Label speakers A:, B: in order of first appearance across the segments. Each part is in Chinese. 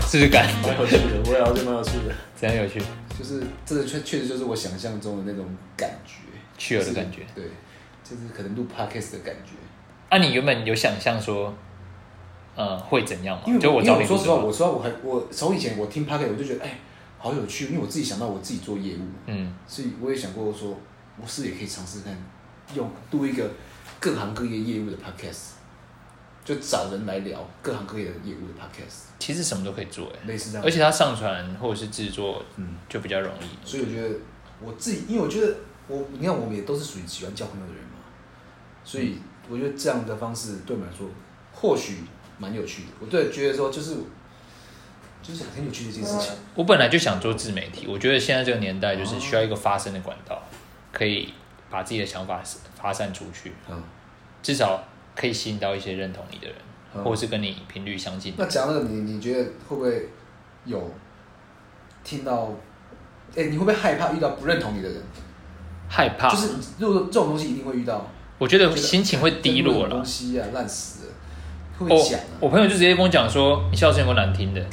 A: 试试看，
B: 蛮有趣的，我也觉得蛮有趣的。
A: 怎样有趣？
B: 就是这个确确实就是我想象中的那种感觉，
A: 去了的感觉
B: 就是对，就是可能录 podcast 的感觉。
A: 啊，你原本有想象说，呃，会怎样
B: 因为
A: 吗？就我
B: 因
A: 找
B: 为
A: 你
B: 说
A: 录
B: 实
A: 的
B: 话，
A: 话，
B: 我说我还我从以前我听 podcast 我就觉得哎、好有趣，因为我自己想到我自己做业务嘛，
A: 嗯，
B: 所以我也想过说，我是不是也可以尝试看用录一个各行各业业务的 podcast，就找人来聊各行各业的业务的 podcast，
A: 其实什么都可以做哎，
B: 类似这样。
A: 而且它上传或者是制作
B: 嗯，
A: 就比较容易。
B: 所以我觉得我自己，因为我觉得我，你看我们也都是属于喜欢交朋友的人嘛，所以我觉得这样的方式对我们来说或许蛮有趣的。我对觉得说就是就是很有趣的一件事情，
A: 我本来就想做自媒体，我觉得现在这个年代就是需要一个发声的管道，可以把自己的想法发散出去，
B: 嗯。
A: 至少可以吸引到一些认同你的人，
B: 嗯
A: 或者是跟你频率相近的
B: 那讲到这个，你你觉得会不会有听到？哎、你会不会害怕遇到不认同你的人？
A: 害怕。
B: 就是如果说这种东西一定会遇到，
A: 我觉得心情会低落
B: 这种
A: 了
B: 东。西啊，烂死了，会不
A: 我
B: 会讲啊？
A: 哦我朋友就直接跟我讲说，你笑声有没有难 听的？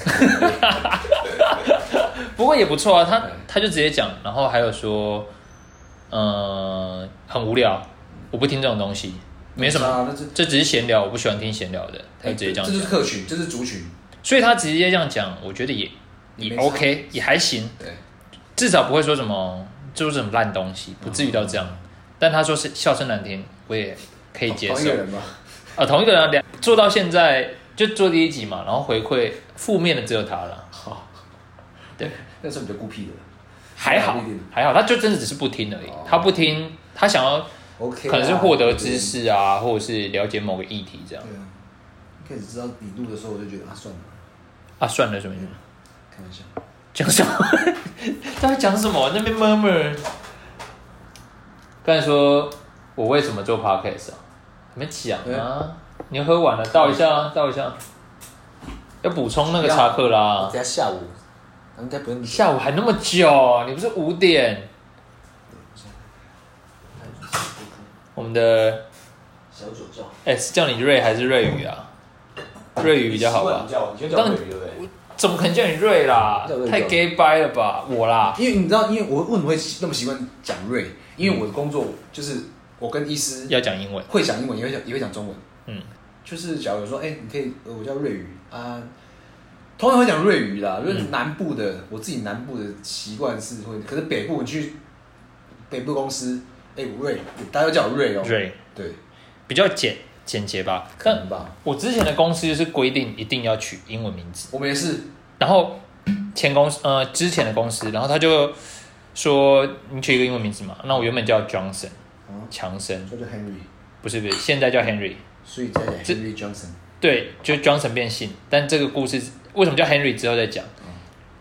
A: 不过也不错啊，他
B: 对
A: 他就直接讲，然后还有说，呃，很无聊，我不听这种东西，没什么，
B: 啊，那就哎
A: 这只是闲聊，我不喜欢听闲聊的，他就直接这样
B: 这就是
A: 讲，
B: 客群，这是族群，
A: 所以他直接这样讲，我觉得也也
B: 也没差
A: OK，也还行，
B: 对。
A: 至少不会说什么就是什么烂东西，不至于到这样。但他说是笑声难听，我也可以接
B: 同一
A: 受
B: 个。人吧。
A: 啊，同一个人啊两做到现在就做第一集嘛，然后回馈负面的只有他了，
B: 好，
A: 对，
B: 那时候比较孤僻的。
A: 还好
B: 那不一定
A: 还好，他就真的只是不听而已
B: 哦，
A: 他不听，他想要
B: OK，啊
A: 可能是获得知。识啊，或者是了解某个议题这样
B: 对啊，一开始知道你录的时候，我就觉得啊，算了，
A: 啊，算了什么意思？
B: 开玩笑。
A: 讲什么？ 他在讲什么？那边 murmur。刚才说我为什么做 podcast 啊？还没讲啊，你喝完了，倒一下啊，倒一下，要补充那个查克拉。啊
B: 等一下下午，应该不用
A: 你。下午还那么久，你不是五点？我们的
C: 小酒窖。
A: 哎、是叫你瑞还是瑞宇啊？瑞宇比较好吧
C: 你？叫我，你先叫我对不对？
A: 怎么可能叫你瑞啊啦
B: 叫瑞？宇
A: 太
B: 吧
A: gay 掰了吧？我啦，
B: 因为你知道，因为我为什么会那么习惯讲瑞？因为我的工作就是我跟医师
A: 要讲英文。
B: 会讲英文，也会讲也会讲中文。
A: 嗯，
B: 就是假如说，哎、你可以，呃我叫瑞宇啊，通常会讲瑞宇啦，
A: 嗯
B: 就是南部的，我自己南部的习惯是会，可是北部你去北部公司，哎、我瑞，大家都叫我瑞哦、
A: 瑞
B: 对，
A: 比较简简洁吧？
B: 可
A: 但
B: 能吧，
A: 我之前的公司是规定一定要取英文名字，
B: 我们也是，
A: 然后前公司呃之前的公司，然后他就说你取一个英文名字嘛，那我原本叫 Johnson
B: 哦，
A: 强森，
B: 说叫 Henry，
A: 不是不是，现在叫 Henry。
B: 所以再讲
A: 这
B: Henry Johnson，
A: 对，就 Johnson 变性，但这个故事为什么叫 Henry 之后再讲。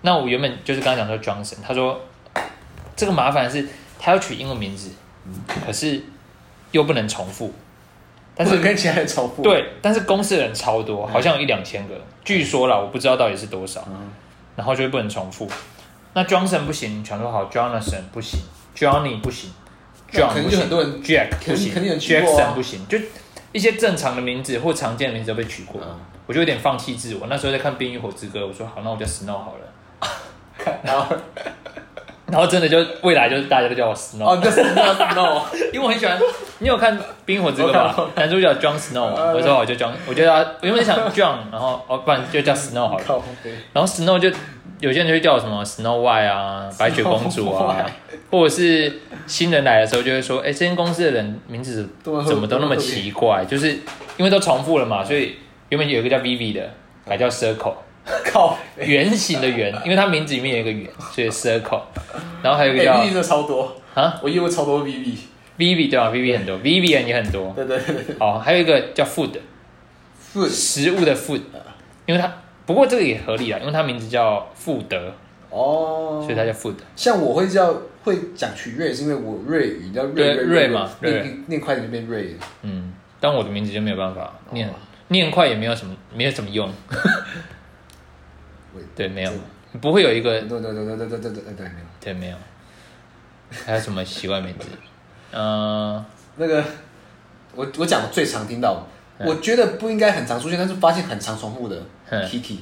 A: 那我原本就是刚刚讲说 Johnson，他说这个麻烦是他要取英文名字，可是又不能重复，但
B: 不能
A: 是
B: 跟其他人重复，，
A: 对，但是公司的人超多，好像有一两千个，据说啦，我不知道到底是多少，
B: 嗯
A: 然后就不能重复。那 Johnson 不行，想说好 Jonathan 不行，Johnny 不行
B: 那
A: ，John
B: 可能
A: 不
B: 就
A: 行
B: 很多人
A: ，Jack 不
B: 肯定
A: 行
B: 肯定有人取过啊
A: ，Jackson 不行，就一些正常的名字或常见的名字都被取过。
B: 嗯
A: 我就有点放弃自我。那时候在看《冰与火之歌》，我说好，那我叫 Snow 好了。
B: 然后
A: 然后真的就未来就是大家都叫我 Snow，、
B: 哦，就是 No，
A: 因为我很喜欢。你有看《冰与火之歌》
B: 我看呃
A: 吗？男主角 Jon Snow，嘛我说我就 Jon，我觉得他我原本想 Jon，然后哦不然就叫 Snow 好了。
B: 嗯靠背，
A: 然后 Snow 就有些人就会叫我什么 Snow White 啊、白雪公主啊，或者是新人来的时候就会说，哎、这间公司的人名字
B: 多么
A: 怎么都那么
B: 多么特别嗯
A: 奇怪，就是因为都重复了嘛，所以原本有一个叫 Vivi 的，改叫 Circle。
B: 靠背，
A: 圆形的圆，因为它名字里面有一个圆，所 以 circle。然后还有一个叫
B: 哎，B B 真的超多
A: 啊，
B: 我业务超多 B B，
A: Vivi 对吧？Vivi 很多，Vivian 也很多。
B: 对对对对
A: 哦，还有一个叫 food，
B: ，Food
A: 食物的 food，因为
B: 嗯
A: 它不过这个也合理啦，因为它名字叫富德，
B: 哦，
A: 所以它叫 food。
B: 像我会叫会讲取瑞，是因为我瑞语，你知道瑞
A: 对瑞嘛
B: 念
A: 瑞
B: 念念快点就变瑞了。
A: 嗯，但我的名字就没有办法念
B: 哦，
A: 念快也没有什么，没有什么用
B: 喂。
A: 对，没有，不会有一个
B: 对对对对对对对对对，没有
A: 对没有。还有什么奇怪名字？嗯，
B: 那个，我我讲我最常听到，我觉得不应该很常出现，但是发现很常重复的
A: 嗯
B: Kiki，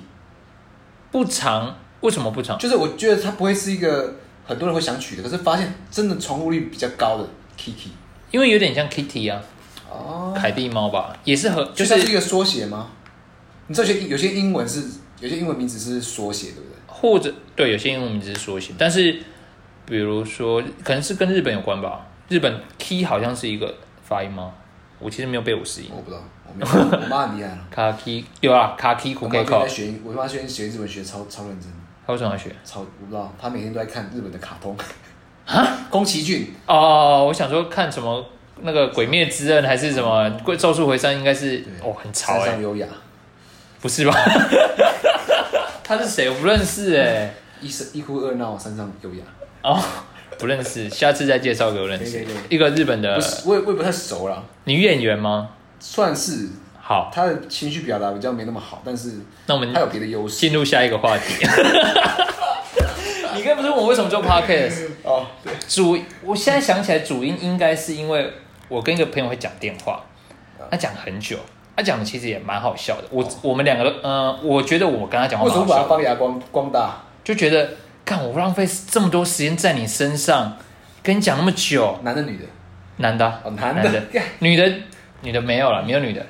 A: 不长，为什么不长？
B: 就是我觉得它不会是一个很多人会想取的，可是发现真的重复率比较高的 Kiki
A: 因为有点像 Kitty 啊，
B: 哦，
A: 凯蒂猫吧，也是和就
B: 就像是一
A: 是
B: 个缩写吗？你知道有些有些英文是有些英文名字是缩写，对不对？
A: 或者对有些英文名字是缩写，但是比如说可能是跟日本有关吧，日本 K 好像是一个发音吗？我其实没有背五十音。
B: 我不知道，我没有，我妈很厉害了。
A: 卡 K 有啊，卡 K 苦
B: 我
A: 可
B: 妈最
A: 以
B: 近
A: 考
B: 在，学英，我妈最近学日文学超超认真，
A: 他为什么要学？
B: 超我不知道，她每天都在看日本的卡通。
A: 啊
B: 宫崎骏，
A: 哦，我想说看什么那个《鬼灭之刃》还是什么《咒术回战》，应该是
B: 对啊
A: 哦很潮
B: 山
A: 哎、
B: 上优雅，
A: 不是吧？ 他是谁？我不认识哎、
B: 一生一哭二闹，山上优雅。
A: 哦，不认识，下次再介绍给我认识。
B: 可以可以可
A: 一个日本的
B: 不是，我也我也不太熟啦，
A: 女演员吗？
B: 算是
A: 好，
B: 她的情绪表达比较没那么好，但是
A: 那我们
B: 她有别的优势。
A: 进入下一个话题。 你刚不是问我为什么做 podcast？
B: 哦，
A: 主，我现在想起来，主因应该是因为我跟一个朋友会讲电话，
B: 啊
A: 他讲很久，他讲的其实也蛮好笑的。我我们两个都，呃，我觉得我跟他讲话
B: 为
A: 蛮
B: 什么
A: 好
B: 把它
A: 笑的，
B: 发扬光光大？
A: 就觉得看我浪费这么多时间在你身上，跟你讲那么久，
B: 男的女的？
A: 男的啊、
B: 哦，男
A: 男
B: 的
A: 的。女的女的没有了，没有女的，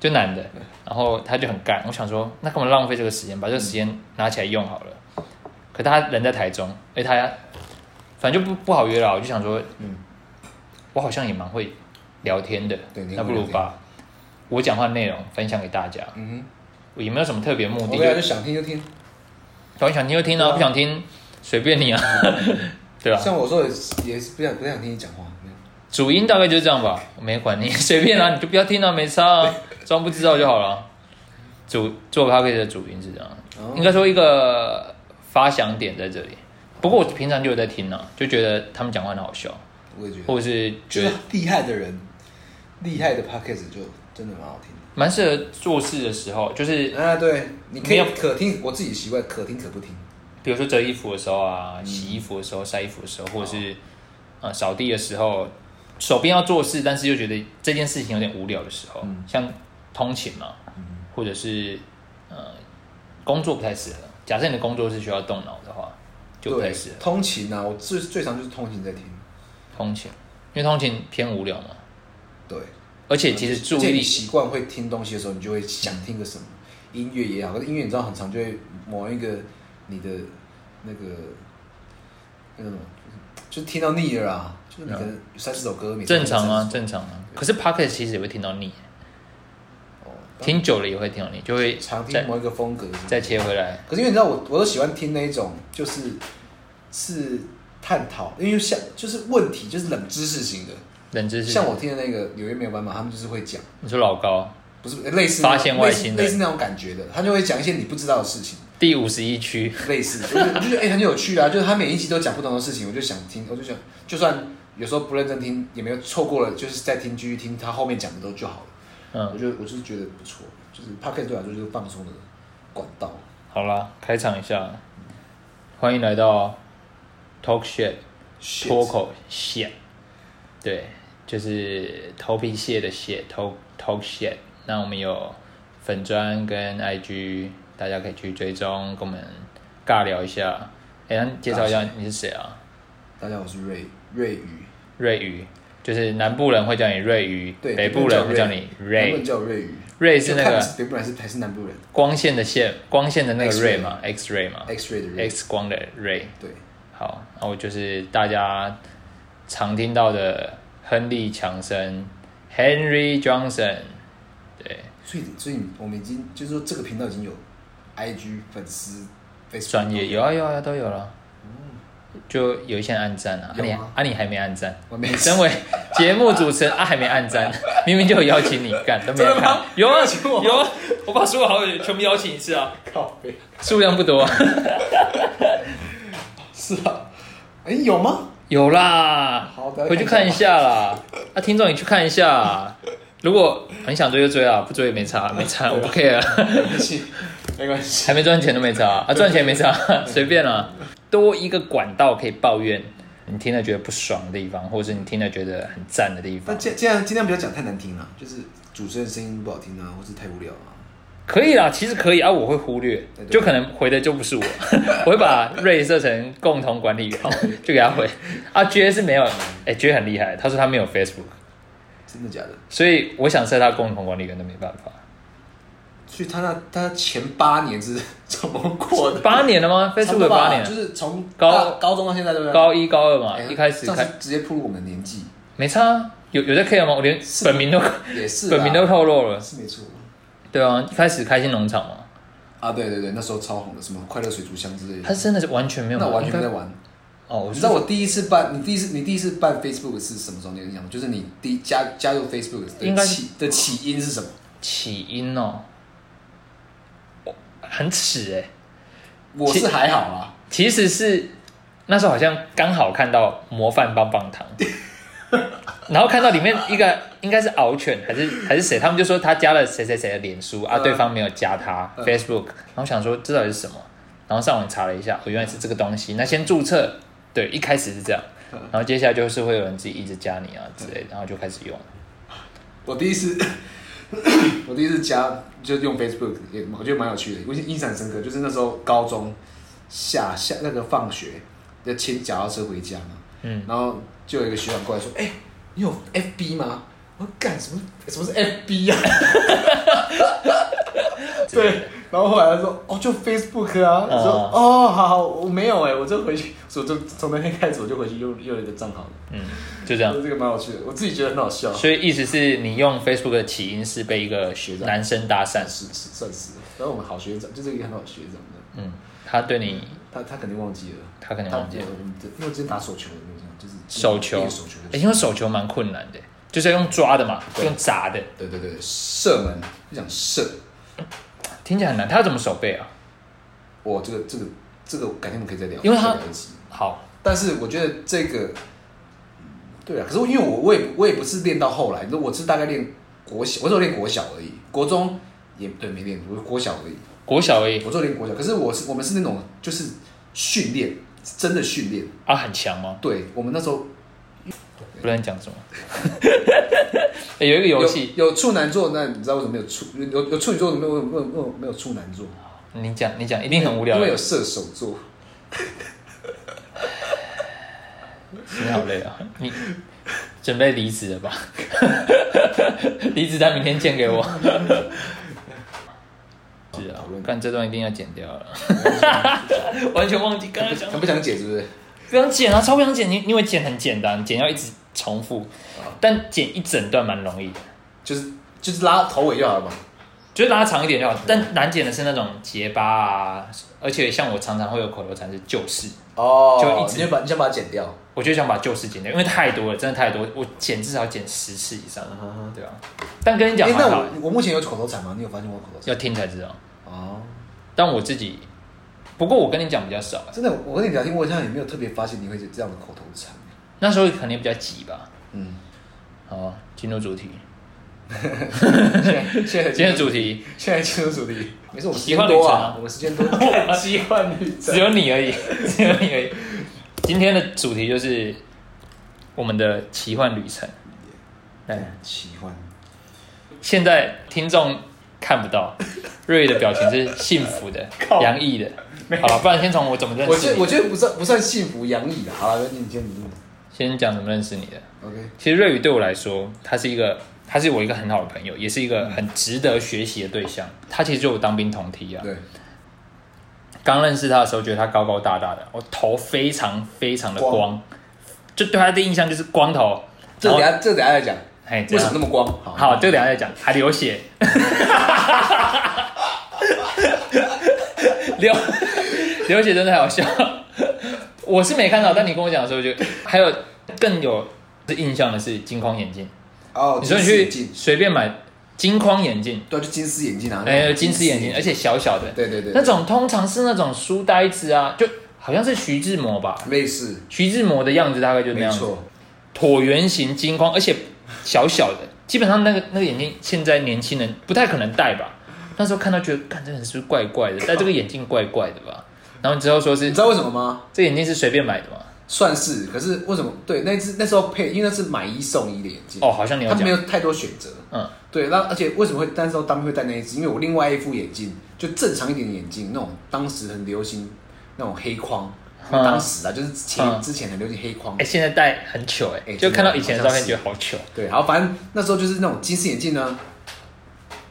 A: 就男的。然后他就很干，我想说，那干嘛浪费这个时间，把这个时间拿起来用好了。可他人在台中，哎，他反正就不不好约了，我就想说，
B: 嗯
A: 嗯，我好像也蛮会聊天的
B: 对你，很
A: 那
B: 会
A: 不如
B: 聊天
A: 把我讲话内容分享给大家，
B: 嗯
A: 我也没有什么特别目
B: 哼，
A: 的，
B: 我本来
A: 就
B: 就想听就听。
A: 反正想听就听啊，不想听随便 你啊，对啊吧？
B: 像我说的也是不想不想听你讲话，没有
A: 主音大概就是这样吧，我没管你，随便啦、你就不要听啊，没差啊，装不知道就好了。主做 p a c k a g e 的主音是这样，
B: 哦
A: 应该说一个发想点在这里。不过我平常就有在听啊，就觉得他们讲话很好笑，
B: 我也觉得，
A: 或者是觉
B: 就
A: 得
B: 是厉害的人，厉害的 podcast 就真的蛮好听的。
A: 蛮适合做事的时候，就是
B: 啊，对，你可
A: 没
B: 以
A: 有
B: 可听，我自己习惯可听可不听。
A: 比如说折衣服的时候
B: 嗯
A: 啊，洗衣服的时候，晒衣服的时候，或者是呃扫地的时候，手边要做事，但是又觉得这件事情有点无聊的时候，
B: 嗯
A: 像通勤嘛，或者是呃工作不太适合。假设你的工作是需要动脑的话，就不太
B: 对
A: 适合，
B: 通勤啊，我最最常就是通勤在听。
A: 通勤，因为通勤偏无聊嘛，
B: 对，
A: 而且其实注
B: 嗯而且
A: 意
B: 你
A: 力
B: 习惯会听东西的时候，你就会想听个什么音乐也好，可是音乐你知道很常就会某一个你的那个那个什么，嗯就听到腻了啊，就是你可能三四首歌，每次
A: 正常
B: 三
A: 啊
B: 四，
A: 正常啊。可是 p o c k e t 其实也会听到腻，
B: 首，哦
A: 听久了也会听到腻，就会
B: 常
A: 再
B: 听某一个风格是不是
A: 再切回来。
B: 可是因为你知道我，我都喜欢听那一种，就是是探讨，因为像就是问题，就是冷知识型的。
A: 冷知识，
B: 像我听的那个纽约没有斑马，他们就是会讲，
A: 你说老高
B: 不是呃类似那种
A: 发现外星人
B: 类似类似那种感觉的，他就会讲一些你不知道的事情，
A: 第五十一区。
B: 类似就是我就觉得哎、很有趣啊，就是他每一集都讲不同的事情，我就想听，我就想就算有时候不认真听，也没有错过了，就是在听继续听他后面讲的都就好了。
A: 嗯
B: 我就我就是觉得不错，就是 p o c a s t 对我来说就是放松的管道。
A: 好啦，开场一下，欢迎来到 Talk Shit 脱
B: Shit，
A: 口蟹，对，就是头皮屑的屑，Talk Talk Shit。那我们有粉砖跟 IG，大家可以去追踪，跟我们尬聊一下。哎、那介绍一下你是谁啊？
B: 大家好，我是瑞瑞宇。
A: 瑞宇，就是南部人会叫你瑞宇，
B: 对，
A: 北部人会叫你
B: 南部
A: 瑞
B: 人。叫瑞宇，
A: 瑞是那
B: 就
A: 个
B: 看北部人还是还是南部人
A: 光线的线，光线的那个
B: X-ray
A: 瑞嘛，X ray 嘛
B: ，X ray 的瑞，
A: ，X 光的瑞。
B: 对，
A: 好，那我就是大家常听到的亨利·强森 （Henry Johnson）。对，
B: 所以所以我们已经就是说这个频道已经有 IG 粉丝 Facebook
A: 专业有啊有啊都有了，就嗯有一些人按赞啊，啊
B: 有
A: 你
B: 吗
A: 啊你还没按赞，
B: 我没
A: 你身为节目主持人啊还没按赞，明明就有邀请你干都没有看，有啊有啊，我把所有好友全部邀请一次啊，
B: 靠背，
A: 数量不多，啊
B: 是啊， 哎有吗？
A: 有啦，
B: 好的
A: 回去看一下啦，啊听众你去看一下啊，如果很想追就追啊，不追也没 差没差，我不 care。
B: 对啊不起，没关系，
A: 还没赚钱都没差啊，赚钱没 差，随便啦、多一个管道可以抱怨你听了觉得不爽的地方，或是你听了觉得很赞的地
B: 那
A: 方。
B: 尽尽量尽量不要讲太难听了，就是主持人声音不好听啊，或是太无聊啊，
A: 可以啦，其实可以啊，我会忽略
B: 对，对
A: 就可能回的就不是我， 我会把瑞设成共同管理员，就给他回。啊，J 是没有，哎、j 很厉害，他说他没有 Facebook，
B: 真的假的？
A: 所以我想设他共同管理员都没办法。
B: 所以他那他前八年是怎么过的？
A: 八年了吗
B: 差不多
A: ？Facebook
B: 吧
A: 八年，
B: 就是从
A: 高
B: 大高中到现在，对不对？
A: 高一高二嘛，
B: 哎
A: 一开始
B: 这样
A: 开
B: 是直接步入我们的年纪，
A: 没差啊，有有在 care 吗？我连本名都
B: 也啊是啦
A: 本名都透露了，
B: 是没错
A: 对啊，一开始开心农场嘛，
B: 啊，对对对，那时候超红的，什么快乐水族箱之类
A: 他
B: 的，
A: 真的是完全没有，
B: 那完全没在
A: 应
B: 玩。
A: 该哦，我
B: 你
A: 知
B: 知
A: 道
B: 道我第一次办，你第一次你第一次办 Facebook 是什么时候？你有印象吗？就是你第一加加入 Facebook
A: 应
B: 的
A: 该
B: 起的起因是什么？
A: 起因哦，我很耻哎、
B: 我是还好啦，
A: 其实是那时候好像刚好看到模范棒棒糖， 然后看到里面一个应该是敖犬还是还是谁，他们就说他加了谁谁谁的脸书啊，
B: 嗯
A: 对方没有加他、
B: 嗯
A: Facebook，然后想说这到底是什么，然后上网查了一下，哦原来是这个东西，那先注册，对，一开始是这样，
B: 嗯
A: 然后接下来就是会有人自己一直加你啊之类的，然后就开始用，
B: 我第一次 我第一次加就用 Facebook，也我觉得蛮有趣的，我印象很深刻。就是那时候高中下下那个放学要骑脚踏车回家嘛，
A: 嗯，
B: 然后就有一个学长过来说：“哎、你有 FB 吗？”我说干什么？什么是 FB 呀、 对，然后后来他说：“哦，就 Facebook 啊。”我说：“
A: 啊
B: 哦，好好，我没有哎、我就回去，我就从那天开始我就回去用用了一个账号了。
A: 嗯，就这样
B: 我。觉得这个蛮有趣的，我自己觉得很好笑，
A: 所以意思是你用 Facebook 的起因是被一个男生搭讪，
B: 是是算是。然后我们好学长就是一个很好的学长的，
A: 嗯，他对你，
B: 他他肯定忘记了，
A: 他可能忘记了
B: 他。我们因为我之前打手球的，我想就是
A: 手球
B: 嗯一个手球
A: 欸
B: 的，
A: 因为手球蛮困难的，就是要用抓的嘛，
B: 对
A: 用砸的，
B: 对对对，对射门就想射，
A: 听起来很难。他要怎么手背啊？
B: 我这个这个这个改天我们可以再聊，
A: 因为他
B: 再聊一集
A: 好，
B: 但是我觉得这个，对啊，可是因为我我也我也不是练到后来，你说我是大概练国小，我只有练国小而已，国中也对没练，我国小而已，
A: 国小而已
B: 我只有练国小，可是我是我们是那种就是训练，是真的训练，
A: 啊，很强吗？
B: 对我们那时候
A: 不知道你讲什么。 欸有一个游戏，
B: 有有处男座，那你知道为什么没有处有有有处女座没有没有没有没有没有处男座？
A: 你讲你讲，一定很无聊
B: 因。为有射手座，
A: 你好累啊，你准备离职了吧？ 离职单明天见 给我。是啊
B: 讨论，
A: 但这段一定要剪掉了， 完全忘记刚刚讲
B: 很不想解，是不是？
A: 不想剪啊，超不想剪，因因为剪很简单，剪要一直重复，但剪一整段蛮容易的，
B: 就是就是拉头尾就好了嘛。
A: 就是拉长一点就好。但难剪的是那种结巴啊，而且像我常常会有口头禅是旧事，
B: 哦
A: 就一直
B: 你就把你想把它剪掉。
A: 我就想把旧事剪掉，因为太多了，真的太多，我剪至少剪十次以
B: 嗯
A: 上，对啊。但跟你讲
B: 哎，
A: 还
B: 那
A: 好，
B: 我我目前有口头禅吗？你有发现我有口头禅？
A: 要听才知道。
B: 哦，
A: 但我自己，不过我跟你讲比较少，
B: 真的，我跟你聊天，我好像也没有特别发现你会这样的口头禅。
A: 那时候可能比较急吧。
B: 嗯，
A: 好，进入主题，
B: 现在现在
A: 今天的主题
B: 现在进入主 题，没事，我们
A: 奇
B: 时间
A: 幻旅
B: 多
A: 程
B: 啊
A: 啊，，
B: 我们时间多 奇幻旅
A: 只有你而已， 只有你而已。今天的主题就是我们的奇幻旅程。对，
B: 奇幻，
A: 现在听众看不到瑞的表情是幸福 的、洋溢的。好了，不然先从我怎么认
B: 我
A: 识
B: 觉我
A: 你，
B: 觉得不算不算幸福洋溢的。好了，你先你
A: 先讲怎么认识你的。
B: ，OK，
A: 其实瑞宇对我来说，他是一个，他是我一个很好的朋友，也是一个
B: 嗯
A: 很值得学习的对象。他其实就我当兵同梯啊，
B: 对，
A: 刚认识他的时候，觉得他高高大大的，我头非常非常的光，
B: 光
A: 就对他的印象就是光头。
B: 这
A: 然
B: 等
A: 后
B: 下这等下再讲，
A: 嘿，这
B: 为什
A: 样
B: 么那么光？
A: 好，这个等一下再讲，还流血， 流流血真的很好笑。我是没看到，但你跟我讲的时候就，还有更有印象的是金框眼镜。
B: 哦，
A: 你说你
B: 金丝
A: 去
B: 眼镜，
A: 随便买金框眼镜，
B: 对啊，就金丝眼镜啊，
A: 哎、金丝眼镜，而
B: 且
A: 且小小的，
B: 对对对，
A: 那种通常是那种书呆子啊，就好像是徐志摩吧，
B: 类似，
A: 徐志摩的样子大概就那
B: 没
A: 样子，
B: 错，
A: 椭圆形金框，而且小小的，基本上那个那个眼镜现在年轻人不太可能戴吧。那时候看到觉得，看这个人是不是怪怪的，戴这个眼镜怪怪的吧？然后之后说是
B: 你知道为什么吗？
A: 这眼镜是随便买的嘛？
B: 算是，可是为什么？对，那只那时候配，因为那是买一送一的眼镜，
A: 哦，好像你有
B: 他没
A: 讲，
B: 有太多选择。
A: 嗯，
B: 对，那而且为什么会那时候当兵会戴那一只？因为我另外一副眼镜，就正常一点的眼镜，那种当时很流行那种黑框，
A: 嗯
B: 当时啊，就是前、
A: 嗯
B: 之前很流行黑框
A: 哎、。现在戴很糗哎、
B: 哎
A: 就看到以前的照片
B: 真
A: 觉
B: 的
A: 得好糗，
B: 对，然后反正那时候就是那种近视眼镜呢，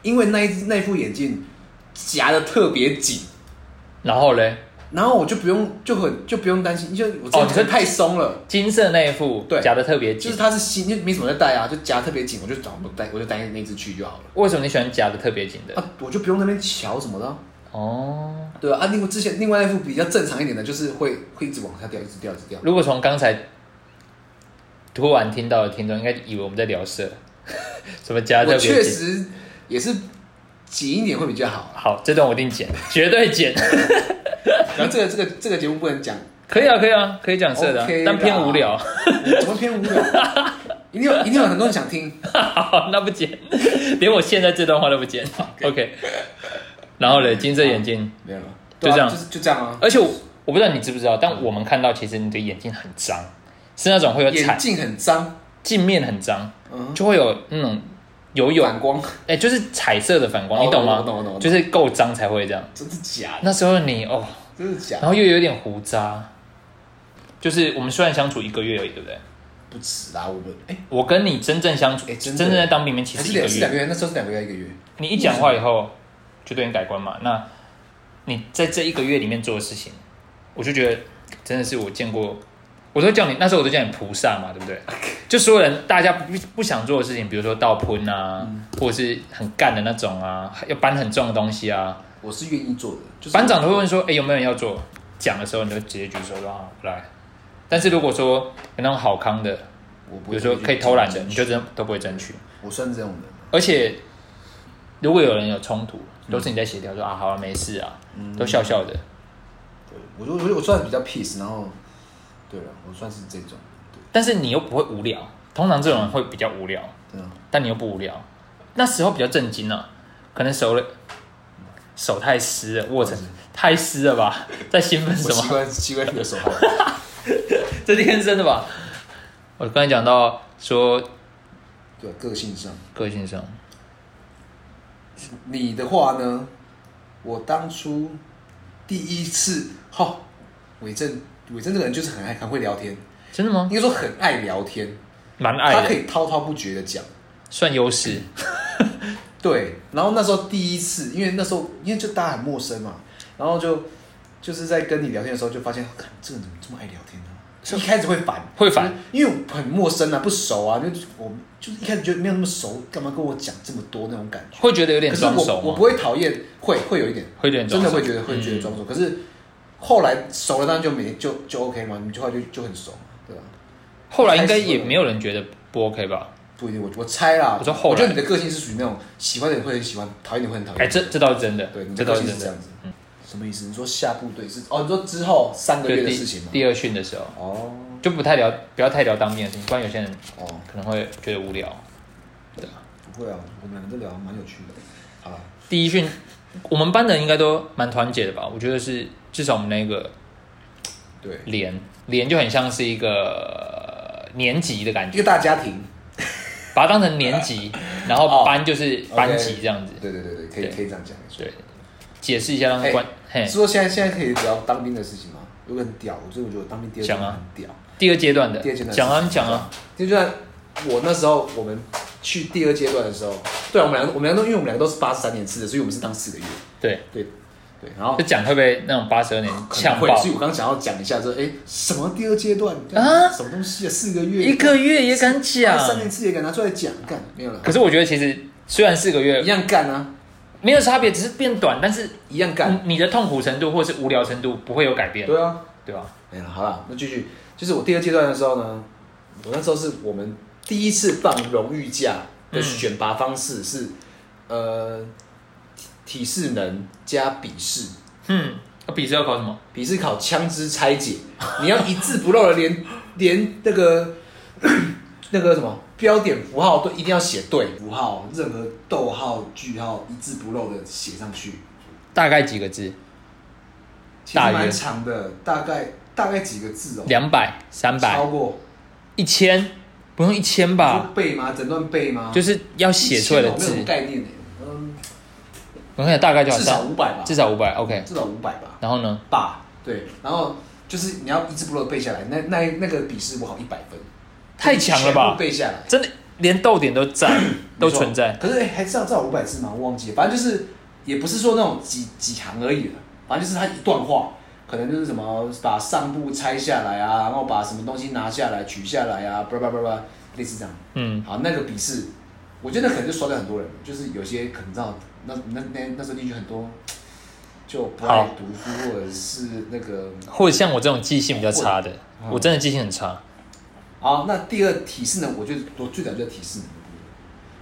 B: 因为那一只那副眼镜夹的特别紧，
A: 然后嘞，
B: 然后我就不用就很就不用担心，因为我
A: 哦
B: 这
A: 你
B: 只
A: 说
B: 太松了。
A: 金色那一副
B: 对
A: 夹的特别
B: 就
A: 紧
B: 是，它是新，就没什么在戴啊，就夹特别紧，我就找不戴，我就戴那只去就好了。
A: 为什么你喜欢夹的特别紧的？
B: 啊，我就不用那边瞧什么的啊、
A: 哦，
B: 对啊，啊另外之前另外一副比较正常一点的，就是会会一直往下掉，一直掉，一直掉。
A: 如果从刚才突然听到的听众，应该以为我们在聊色， 什么夹得
B: 我
A: 特别
B: 确
A: 紧。
B: 实也是紧一点会比较好啊啦。
A: 好，这段我一定剪，绝对剪。
B: 然后这个这个这个节目不能讲，
A: 可以啊，可以啊，可以讲色的啊
B: OK 啦
A: 但偏无聊。
B: 怎么偏无聊？一定有一定有很多人想听。
A: 好，那不剪， 连我现在这段话都不剪。OK。然后嘞，金色眼镜，
B: 没有了，
A: 就这样呃
B: 对啊就是就这样啊。
A: 而且我我不知道你知不知道，但我们看到其实你的眼睛很脏，是那种会有
B: 眼
A: 彩
B: 镜很脏，
A: 镜面很脏，
B: 嗯，
A: 就会有那种有有
B: 反光，
A: 哎、就是彩色的反光，
B: 哦
A: 你懂吗？
B: 我懂我懂我懂
A: 就是够脏才会这样。
B: 真的假的？
A: 那时候你哦，
B: 真的假
A: 然
B: 的？
A: 后又有点胡渣，就是我们虽然相处一个月而已，对不对？
B: 不止啦，我们哎，
A: 我跟你真正相处，
B: 哎真的
A: 正在当兵里面其
B: 还
A: 实
B: 是
A: 一个
B: 两是两
A: 月。
B: 个月，那时候是两个月一个月。
A: 你一讲话以后，就对你改观嘛。那你在这一个月里面做的事情，我就觉得真的是我见过，我都叫你那时候我都叫你菩萨嘛，对不 对？就所有人大家不不想做的事情，比如说倒喷啊，
B: 嗯
A: 或者是很干的那种啊，要搬很重的东西啊，
B: 我是愿意做的，就是
A: 班长都会问说：“哎、有没有人要做？”讲的时候，你就直接举手说：“啊，我来。”但是如果说有那种好康的，
B: 我不
A: 比
B: 会
A: 如说可以偷懒的，你就真的都不会争取。
B: 我算是这种人，
A: 而且如果有人有冲突，都是你在协调说：“啊，好啊，没事啊，
B: 嗯
A: 都笑笑的。
B: 对我就我我算是比较 peace，然后对了，我算是这种，”
A: 但是你又不会无聊，通常这种人会比较无聊，
B: 对啊，
A: 但你又不无聊。那时候比较震惊啊，可能手了手太湿了，握成太湿了吧，在兴奋什
B: 我
A: 么
B: 习？惯习惯你的手法，
A: 这是天生的吧？我刚才讲到说
B: 对，啊个性上。
A: 各位先生，
B: 你的话呢？我当初第一次，哈、伟正，伟正这个人就是很爱很会聊天，
A: 真的吗
B: 应？该说很爱聊天，
A: 蛮
B: 他
A: 爱
B: 可
A: 的，
B: 以滔滔不绝的讲。
A: 算优势。
B: 对，然后那时候第一次，因为那时候因为就大家很陌生嘛，然后就就是在跟你聊天的时候，就发现，看这个人怎么这么爱聊天呢、一开始会烦，
A: 会烦
B: 因为，因为我很陌生啊，不熟啊，就我就是一开始觉得没有那么熟，干嘛跟我讲这么多那种感觉。
A: 会觉得有点
B: 可是
A: 装
B: 我
A: 熟
B: 我
A: 吗
B: 不？会讨厌，会会有一点，
A: 会有点
B: 真
A: 装
B: 的
A: 熟，嗯
B: 会觉得会觉得装熟。可是后来熟了，当然就没就就 OK 嘛，你就话就就很熟，对吧？
A: 后来应该也没有人觉得不 OK 吧？
B: 不一定，我我猜啦。
A: 我说后来
B: 我觉得你的个性是属于那种喜欢的人会很喜欢，讨厌的人会很讨厌。
A: 哎，这这倒是真的
B: 对，你，
A: 这
B: 的
A: 倒
B: 个
A: 是
B: 性是
A: 真
B: 这
A: 的嗯
B: 样。子。什么意思？你说下部队是哦？你说之后三个
A: 就
B: 月的
A: 第
B: 事情吗？
A: 第二训的时候，
B: 哦
A: 就不太聊，不要太聊当面的事情，不然有些人
B: 哦，
A: 可能会觉得无聊。
B: 不会啊，我们两个都聊得蛮有趣的。好了，
A: 第一训，我们班的人应该都蛮团结的吧？我觉得是，至少我们那个
B: 对，
A: 连连就很像是一个呃年级的感
B: 一
A: 觉，
B: 个大家庭，
A: 把它当成年 级，然后班就是
B: 哦
A: 班级这样子。
B: 对对对对，可
A: 对
B: 以可以这样讲。没错
A: 对，解释一下让
B: 哎
A: 关嘿
B: 是说现在现在可以聊当兵的事情吗？有个很屌，所以我觉得我当兵第二阶
A: 讲
B: 段
A: 啊
B: 很屌。
A: 第二阶段的
B: 第二阶段
A: 讲啊，你讲啊，，
B: 第二阶段我那时候我们去第二阶段的时候，对啊，我们两个我们两个都因为我们两个都是八十三年次的，所以我们是当四个月，
A: 对，
B: 对对，然后
A: 就讲会被那种八十二年
B: 啊可能
A: 呛
B: 会
A: 爆，
B: 所以我刚刚想要讲一下说，哎，什么第二阶段
A: 啊
B: 啊，什么东西啊，四个月
A: 一个月也敢讲
B: 八。十三年次也敢拿出来讲，干没有了，
A: 可是我觉得其实虽然四个
B: 一
A: 月
B: 样干啊，
A: 没有差别，只是变短，但是
B: 一样干，
A: 你你的痛苦程度或是无聊程度不会有改变，
B: 对啊，
A: 对吧？
B: 没了，好了，那继续，就是我第二阶段的时候呢，我那时候是我们第一次放荣誉假的选拔方式是，呃，体适能加笔试，
A: 嗯，那笔试要考什么？
B: 笔试考枪支拆解，你要一字不漏的连连那个那个什么标点符号都一定要写对，符号任何逗号句号一字不漏的写上去，
A: 大概几个字？
B: 其实
A: 大约
B: 蛮长的，大概大概几个字哦，
A: 两百、三
B: 超
A: 百、
B: 过
A: 一千，不用一千吧
B: 就？背吗？整段背吗？
A: 就是是要写出来的字
B: 哦没有什么，概念呢，嗯，
A: 我看大概就好
B: 至少
A: 像
B: 五百吧，
A: 至少五百，OK。
B: 至少五百吧，
A: 然后呢？
B: 吧，对，然后就是你要一字不漏地背下来，那那那个笔试我好一百分，
A: 太强了
B: 全
A: 吧
B: 部！背下来。
A: 真的连逗点都在，都
B: 没错
A: 存在。
B: 可是哎、还至少至少五百字嘛，我忘记了。反正就是也不是说那种几几行而已了，反正就是它一段话，可能就是什么把上部拆下来啊，然后把什么东西拿下来取下来啊，叭叭叭叭，类似这样。
A: 嗯，
B: 好，那个笔试，我觉得可能就刷掉很多人了，就是有些可能知道那那那那时候进去很多就不爱
A: 好
B: 读书或者是那个。
A: 或者像我这种记性比较差的，
B: 嗯
A: 我真的记性很差。
B: 好，那第二体式呢？我觉得我最屌就是体式能力，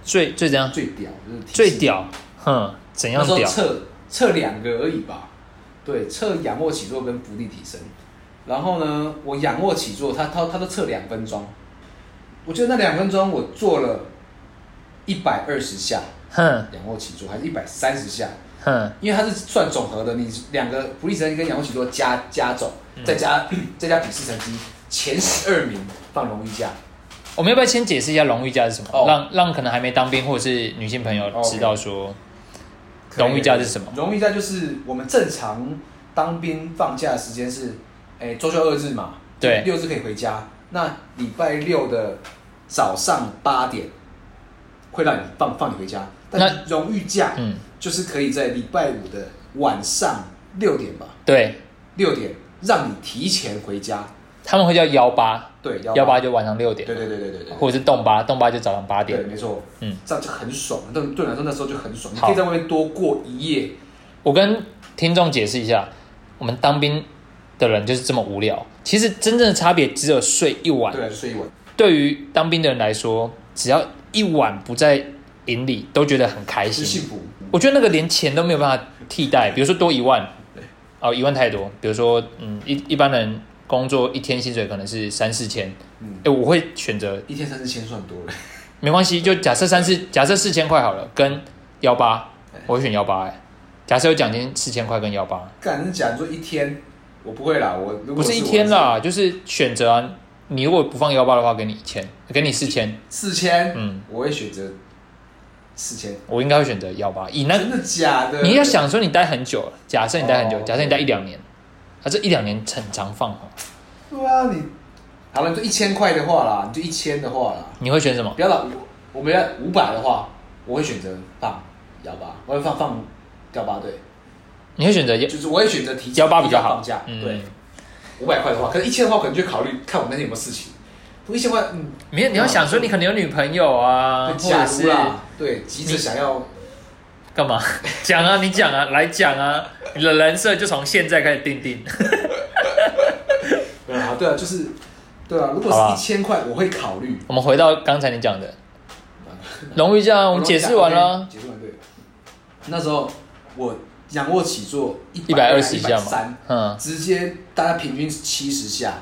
A: 最最怎样？
B: 最屌就是体式
A: 最屌，哼，怎
B: 那
A: 样
B: 时候
A: 屌？
B: 测测两个而已吧，对，测仰卧起坐跟伏地挺身。然后呢，我仰卧起坐，他他他都测两分钟，我觉得那两分钟我做了一百二十下
A: 哼
B: 仰卧起坐，还是一百三十下，
A: 哼，
B: 因为它是算总和的，你两个伏地挺身跟仰卧起坐加加总，再加、 再加笔试成绩，前十二名放荣誉假。
A: 我们要不要先解释一下荣誉价是什么？
B: 哦
A: 让让可能还没当兵或者是女性朋友
B: 哦，OK
A: 知道说荣誉假是什么？
B: 荣誉假就是我们正常当兵放假的时间是，哎、周休二日嘛，
A: 对
B: 六日可以回家。那礼拜六的早上八点会让你放放你回家，但
A: 那
B: 荣誉假
A: 嗯，
B: 就是可以在礼拜五的晚上六点吧，
A: 对，
B: 六点让你提前回家。
A: 他们会叫幺八，
B: 对，
A: 幺
B: 八，
A: 八就晚上六
B: 对
A: 点，
B: 对对对对对，
A: 或者是动八，动八就早上八
B: 对，
A: 点。
B: 没错，
A: 嗯，
B: 这样就很爽。对对我来说那时候就很爽，你
A: 好
B: 可以在外面多过一夜。
A: 我跟听众解释一下，我们当兵的人就是这么无聊。其实真正的差别只有睡一晚，
B: 对，睡一晚。
A: 对于当兵的人来说，只要一晚不在营里，都觉得很开
B: 是
A: 心。
B: 幸福，
A: 我觉得那个连钱都没有办法替代，比如说多一万，哦，一万太多。比如说，嗯，一一般人工作一天薪水可能是三四千，
B: 嗯
A: 哎、，我会选择
B: 一天三四千算多了。
A: 没关系，就假设三四，假设四千块好了，跟幺八，我会选幺八、哎，假设有奖金四千块跟幺八，
B: 干，真假？你说一天，我不会啦，我
A: 不
B: 如果
A: 是一
B: 我
A: 天，啦，就是选择啊。你如果不放幺八的话，给你一千，给你四千，
B: 四千，
A: 嗯，
B: 我会选择四千。
A: 我应该会选择幺八。以那
B: 真的假的？
A: 你要想说你待很久了，假设你待很久，
B: 哦
A: 假设你待一两年，啊，这一两年很常放哦，
B: 对啊，你好了，你就一千块的话啦，你就一千的话啦，
A: 你会选什么？
B: 不要啦，我我们要五百的话，我会选择放幺八，我会放放幺八，对，
A: 你会选择幺
B: 就是我会选择提
A: 幺八比较
B: 提早
A: 好
B: 放假，，对
A: 嗯，，
B: 五百块的话，可是一千的话，我可能就考虑看我那天有没有事情。我一千块，嗯，
A: 没有，你要想说你可能有女朋友啊，
B: 对
A: 或者
B: 假如
A: 是
B: 啦，对，急着想要
A: 干嘛？ 讲啊，你讲啊，来讲啊，你的人设就从现在开始定 定。
B: 对啊，对啊，就是，对啊，如果
A: 好啊
B: 是一千块，我会考虑。
A: 我们回到刚才你讲的
B: 啊
A: 荣誉价，我们解释完了，
B: 哎解释完对。那时候我仰卧起坐一
A: 一百二十下嘛
B: 三，，
A: 嗯，
B: 直接大家平均七十下、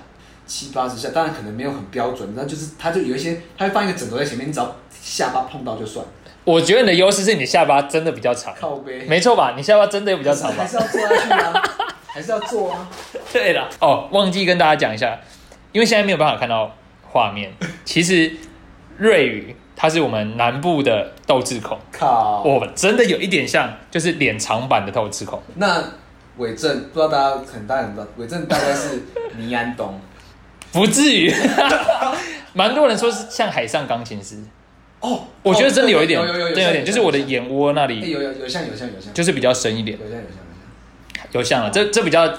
B: 七八十下，当然可能没有很标准，那就是它就有一些，它会放一个枕头在前面，你只要下巴碰到就算。
A: 我觉得你的优势是你的下巴真的比较长，
B: 靠背，
A: 没错吧？你下巴真的比较长吧
B: 还？是要做下去啊，还是要做啊。
A: 对了，哦，忘记跟大家讲一下，因为现在没有办法看到画面。其实瑞宇他是我们南部的豆制孔，
B: 靠，
A: 我们哦真的有一点像，就是脸长版的豆制孔。
B: 那伪证不知道大家可能大家不知道，伪证大概是倪安东。
A: 不至 于，蛮多人说是像海上钢琴师，
B: 哦，
A: 我觉得真的有一点，
B: 有有
A: 真
B: 有，
A: 的有一点，就是我的眼窝那
B: 哎，
A: 里
B: 有有有像有像有像，
A: 就是比较深一点，
B: 有像有像有像。
A: 有像了，这这比较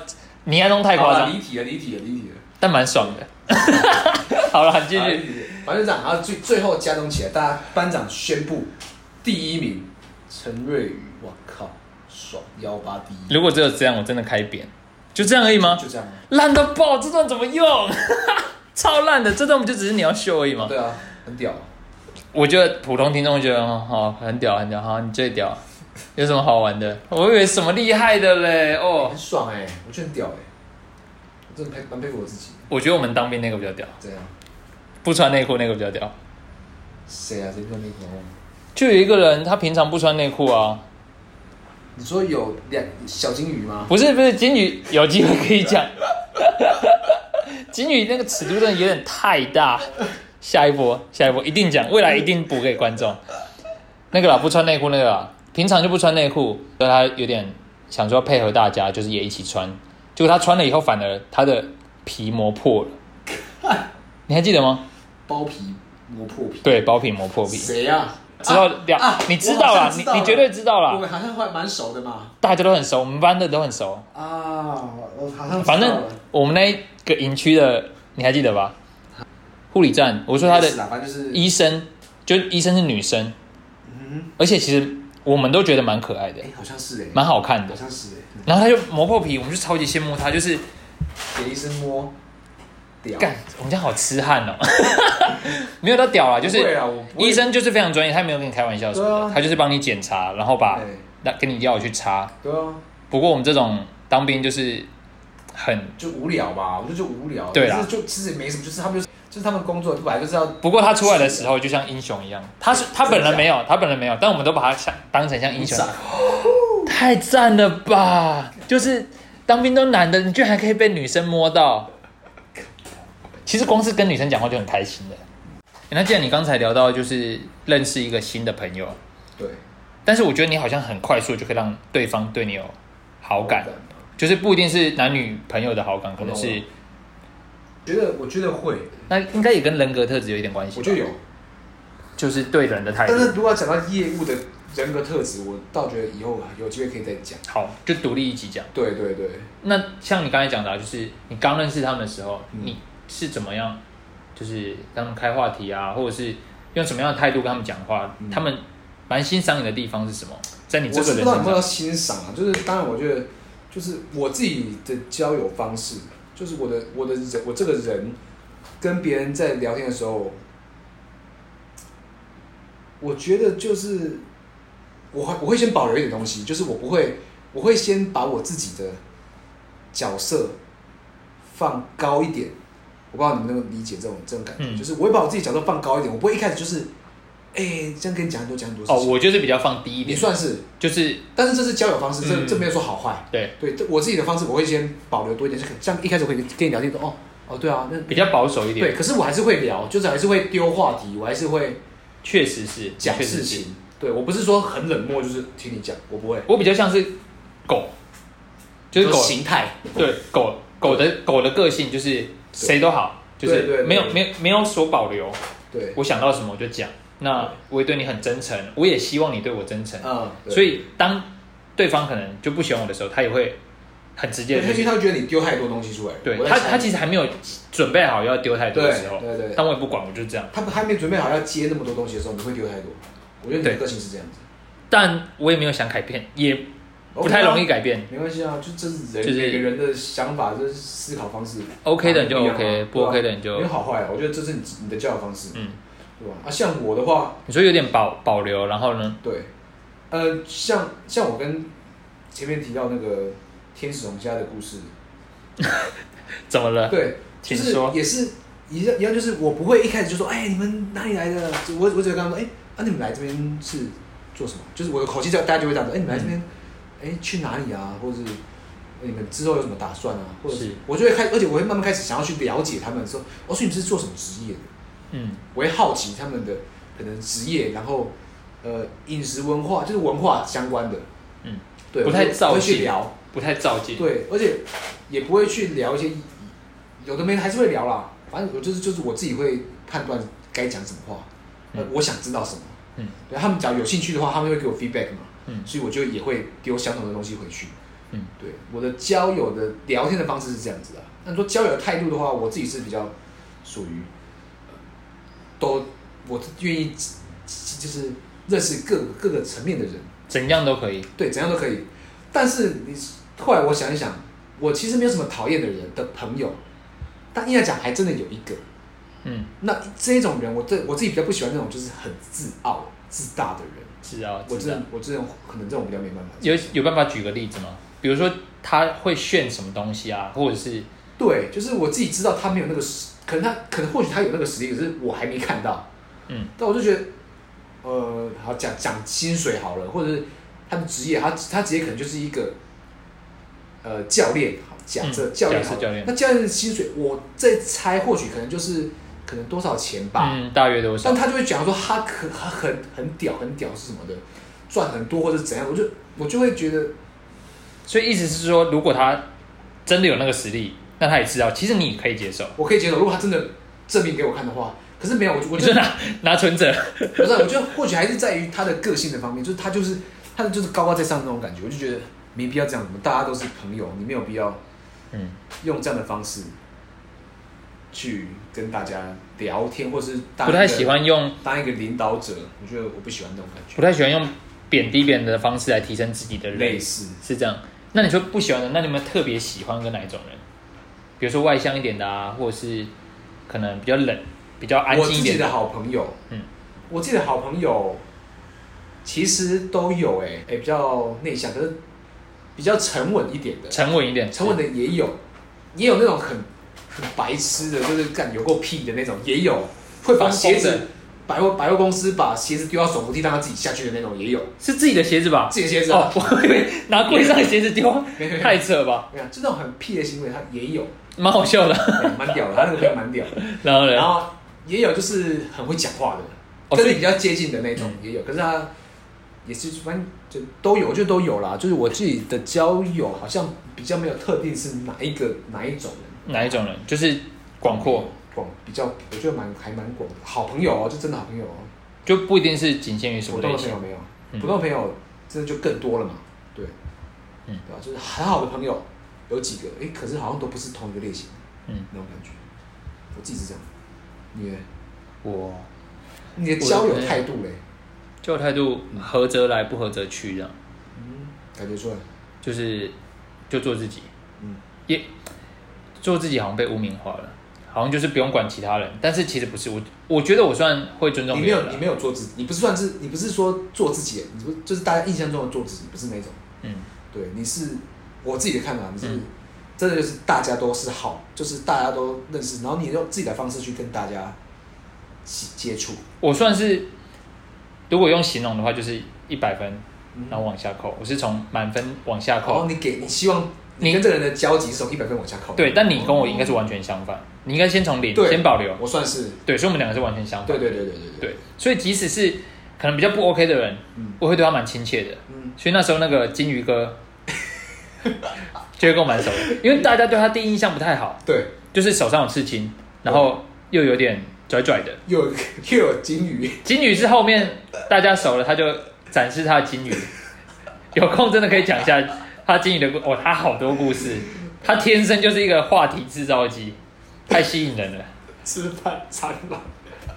A: 倪安东太夸
B: 好啦
A: 张，
B: 离题了，离题了，离题了。
A: 但蛮爽的。 好了，继
B: 好
A: 续，
B: 离题了反正这样，然后最最后加总起来，大家班长宣布第一名陈瑞宇，我靠，爽幺八第一，
A: 如果只有这样，我真的开扁，就这样而已吗？
B: 就这样。啊
A: 烂到爆，这段怎么用？ 超烂的，这段不就只是你要秀而已吗？
B: 对啊，很屌。
A: 我觉得普通听众会觉得哦，好、很屌，很屌，好，你最屌，有什么好玩的？我以为什么厉害的嘞，哦
B: 很，爽哎、我觉得很屌哎、我真的佩啊蛮佩服我自己。
A: 我觉得我们当兵那个比较屌，
B: 这样，
A: 不穿内裤那个比较屌。
B: 谁啊？谁跟那个？
A: 就有一个人，他平常不穿内裤啊，
B: 你说有两小金鱼吗？
A: 不是不是，金鱼有机会可以讲， 金宇那个尺度真的有点太大。下一波，下一波一定讲，未来一定补给观众。那个啦，不穿内裤那个啦，平常就不穿内裤，所以他有点想说配合大家，就是也一起穿。结果他穿了以后，反而他的皮磨破了。 你还记得吗？
B: 包皮磨破皮，
A: 对，包皮磨破 皮。
B: 谁呀、啊？
A: 之后两、
B: 啊啊
A: 你知道啦
B: 我好像，知
A: 你
B: 道了
A: 你绝对知道
B: 我
A: 啦，
B: 们好像还蛮熟的嘛。
A: 大家都很熟，我们班的都很熟。
B: 啊，我好像知道
A: 反正
B: 了
A: 我们那个营区的，你还记得吧？护理站，我说他的
B: 没事啦反正就是
A: 医生，就医生是女生，
B: 嗯，
A: 而且其实我们都觉得蛮可爱的
B: 哎、，好像是哎、
A: 蛮好看的
B: 好。像是哎、
A: 然后他就磨破皮，我们就超级羡慕他，就是
B: 给医生摸屌，
A: 干，我们家好痴 汉哦，没有到屌啦，就
B: 不会
A: 是
B: 啊我不会
A: 医生就是非常专业，他也没有跟你开玩笑什么
B: 对
A: 的，
B: 啊
A: 他就是帮你检查，然后把
B: 对
A: 那跟你药去擦。
B: 对啊，
A: 不过我们这种当兵就是很，
B: 就无聊吧，我就就无聊。
A: 对啦
B: 可是就其实也没什么，就是他们就是就是他们工作本来就是要
A: 不过他出来的时候就像英雄一样，他是他本人没有，他本人没有，但我们都把他像当成像英雄，
B: 长
A: 太赞了吧！就是当兵都男的，你居然还可以被女生摸到，其实光是跟女生讲话就很开心的。那既然你刚才聊到就是认识一个新的朋友，
B: 对
A: 但是我觉得你好像很快速就可以让对方对你有好感
B: 好，哦
A: 就是不一定是男女朋友的好感，可能是
B: 觉得我觉得会，
A: 那应该也跟人格特质有一点关系。
B: 我觉得有，，
A: 就是对人的态度
B: 但。是如果要讲到业务的人格特质，我倒觉得以后有机会可以再讲。
A: 好，就独立一集讲。
B: 对对对，
A: 那像你刚才讲的啊、就是你刚认识他们的时候，
B: 嗯
A: 你是怎么样，就是跟他们开话题啊，或者是用什么样的态度跟他们讲话？
B: 嗯
A: 他们蛮欣赏你的地方是什么？在你这个
B: 我是
A: 人
B: 不知
A: 身
B: 道有没有
A: 上，
B: 欣赏啊，就是当然我觉得就是我自己的交友方式，就是我的我的人我这个人跟别人在聊天的时候，我觉得就是我会我会先保留一点东西，就是我不会我会先把我自己的角色放高一点。我不知道你们能不能理解这种这种感觉，
A: 嗯
B: 就是我会把我自己角色放高一点，我不会一开始就是，哎、这样跟你讲很多讲很多
A: 哦，
B: 事情。
A: 我就是比较放低一
B: 你
A: 点，
B: 算是
A: 就是
B: 但是这是交友方式，这、
A: 嗯
B: 这没有说好坏。
A: 对
B: 对，这我自己的方式我会先保留多一点，就是像一开始我会跟你聊天说，哦哦对啊，那
A: 比较保守一
B: 对，
A: 点。
B: 可是我还是会聊，就是还是会丢话题，我还是会
A: 确实是
B: 讲
A: 确实是
B: 事情。对我不是说很冷漠，就是听你讲，我不会。
A: 我比较像是狗，就是狗，
B: 形态，
A: 对狗狗的狗的个性就是谁都好，就
B: 对对
A: 是
B: 对
A: 没有没有没有所保留。
B: 对，
A: 我想到什么我就讲。那我也对你很真诚，我也希望你对我真诚。
B: 嗯，对
A: 所以当对方可能就不喜欢我的时候，他也会很直接
B: 对，
A: 的
B: 因为，他会觉得你丢太多东西出来。
A: 对
B: 我在
A: 他
B: 猜
A: 他其实还没有准备好要丢太多的时候，
B: 对对对
A: 但我也不管，我就是这样。
B: 他还没准备好要接那么多东西的时候，你会丢太多。我觉得你的
A: 对
B: 个性是这样子，
A: 但我也没有想改变，也不
B: OK 啊
A: 太容易改变。
B: 没关系啊，就这是人、
A: 就是
B: 每个人的想法，就是思考方式。
A: OK 的你就
B: 不一样嘛
A: OK，不
B: 对啊
A: OK 的你就
B: 没有好坏啊，我觉得这是你你的交友方式，
A: 嗯，
B: 对吧？啊，像我的话，
A: 你说有点保保留，然后呢？
B: 对，呃，像像我跟前面提到那个天使龙虾的故事，
A: 怎么了？
B: 对，就
A: 呃请
B: 是
A: 说
B: 也是一样一样，就是我不会一开始就说，哎、你们哪里来的？我我只会跟他们说，哎、啊，你们来这边是做什么？就是我的口气，大家就会这样子，哎、你们来这边，哎、去哪里啊？或者是哎你们之后有什么打算啊？或者
A: 是
B: 是我就会开，而且我会慢慢开始想要去了解他们，说，我、哦、说你们是做什么职业的？
A: 嗯，
B: 我会好奇他们的可能职业，然后呃饮食文化，就是文化相关的，
A: 嗯，
B: 对，
A: 不太
B: 我会
A: 造
B: 我会去
A: 境
B: 聊，
A: 不太照进。
B: 对，而且也不会去聊一些有的没的还是会聊啦，反正我就是就是我自己会判断该讲什么话，呃
A: 嗯
B: 我想知道什么，
A: 嗯，
B: 对他们只要有兴趣的话，他们会给我 feedback 嘛，
A: 嗯
B: 所以我就也会丢相同的东西回去，
A: 嗯，
B: 对，我的交友的聊天的方式是这样子的。那你说交友的态度的话，我自己是比较属于呃都我愿意就是认识各各个层面的人，
A: 怎样都可以。
B: 对，怎样都可以。但是你后来我想一想，我其实没有什么讨厌的人的朋友，但硬要讲还真的有一个。
A: 嗯，
B: 那这种人，我对我自己比较不喜欢那种就是很自傲、自大的人。
A: 是啊，
B: 我
A: 知
B: 这
A: 道
B: 种。我这种可能这种比较没办法。
A: 有有办法举个例子吗？比如说他会炫什么东西啊，或者是
B: 对，就是我自己知道他没有那个实，可能他可能或许他有那个实力，可是我还没看到。
A: 嗯，
B: 但我就觉得，呃，好讲讲薪水好了，或者是他的职业，他他职业可能就是一个呃教练，好假
A: 嗯
B: 设教练
A: 假
B: 好
A: 设
B: 了
A: 教练
B: 那教练的薪水我在猜，或许可能就是可能多少钱吧，
A: 嗯，大约多
B: 但
A: 少？
B: 他就会讲说他可他很很屌很屌是什么的，赚很多或者怎样，我就我就会觉得
A: 所以意思是说，如果他真的有那个实力，那他也知道，其实你也可以接受。
B: 我可以接受，如果他真的证明给我看的话，可是没有，我就我
A: 你
B: 就
A: 说拿拿存折，
B: 不是，啊我觉得或许还是在于他的个性的方面，就是他就是他的就是高高在上那种感觉，我就觉得没必要这样，我们大家都是朋友，你没有必要
A: 嗯，
B: 用这样的方式去跟大家聊天，或是当
A: 不太喜欢用
B: 一个当一个领导者，我觉得我不喜欢那种感
A: 不
B: 觉，
A: 太喜欢用贬低别人的方式来提升自己的
B: 类
A: 人，
B: 似
A: 是这样。那你说不喜欢的，那你们特别喜欢跟哪一种人？比如说外向一点的啊，或者是可能比较冷、比较安
B: 我
A: 静一
B: 自己
A: 点
B: 的好朋友，
A: 嗯，
B: 我自己的好朋友其实都有、欸，哎、比较内向，可是比较沉稳一点的，
A: 沉稳一点，
B: 沉稳的也有，也有那种很很白痴的，就是干有够屁的那种，也有会把
A: 疯
B: 鞋
A: 疯
B: 子
A: 的
B: 百货百货公司把鞋子丢到手扶梯让他自己下去的那种也有，
A: 是自己的鞋子吧？
B: 自己的鞋子
A: 哦
B: 啊，，
A: 我以为拿柜上的鞋子丢，太扯了吧，
B: 没有，就那种很屁的行为他也有，
A: 蛮好笑的。
B: 哎蛮屌的，他那个朋友蛮屌的，
A: 然后
B: 然
A: 呢？
B: 后也有就是很会讲话的，
A: 哦
B: 跟
A: 所
B: 你
A: 以
B: 比较接近的那种也有，可是他也是反正就都有，就都有啦，就是我自己的交友好像比较没有特定是哪一个哪一种人。
A: 哪一种人？就是广阔，
B: 广比较，我觉得蛮还蛮广的。好朋友哦，就真的好朋友哦。
A: 就不一定是仅限于什
B: 普
A: 么
B: 通
A: 类
B: 的朋
A: 型
B: 友。没有，啊
A: 嗯
B: 普通的朋友真的就更多了嘛。对，
A: 嗯
B: 对吧？就是很好的朋友有几个，哎，可是好像都不是同一个类型，
A: 嗯，
B: 那种感觉。我自己是这样。你呢
A: 我
B: 你的交友态度嘞？
A: 就态度嗯合则来，不合则去，这样
B: 嗯，感觉出来。
A: 就是就做自己，
B: 嗯，
A: 也做自己好像被污名化了，好像就是不用管其他人。但是其实不是，我我觉得我算会尊重
B: 你没
A: 别人
B: 有，
A: 啦
B: 你没有做自己，你不是算是，你不是说做自己，你不就是大家印象中的做自己，不是那种。
A: 嗯，
B: 对，你是我自己的看法，你是、
A: 嗯
B: 真的就是大家都是好，就是大家都认识，然后你用自己的方式去跟大家接接触。
A: 我算是如果用形容的话，就是一百分，
B: 嗯哦
A: 然后往下扣。我是从满分往下
B: 然后
A: 扣，
B: 你给你希望你
A: 你
B: 跟这个人的交集是从一百分往下扣。
A: 对。但你跟我应该是完全相反，你应该先从零
B: 对
A: 先保留。
B: 我算是
A: 对，所以我们两个是完全相反。
B: 对对对对对
A: 对，所以即使是可能比较不 OK 的人，
B: 嗯
A: 我会对他蛮亲切的。
B: 嗯，
A: 所以那时候那个金鱼哥 就会跟我蛮熟的，因为大家对他第一印象不太好，
B: 对，
A: 就是手上有刺青，然后又有点拽拽的。
B: 又有 又有金鱼，
A: 金鱼是后面大家熟了，他就展示他的金鱼。 有空真的可以讲一下他金鱼的故，哦，他好多故事，他天生就是一个话题制造机，太吸引人了。
B: 吃饭蟑螂，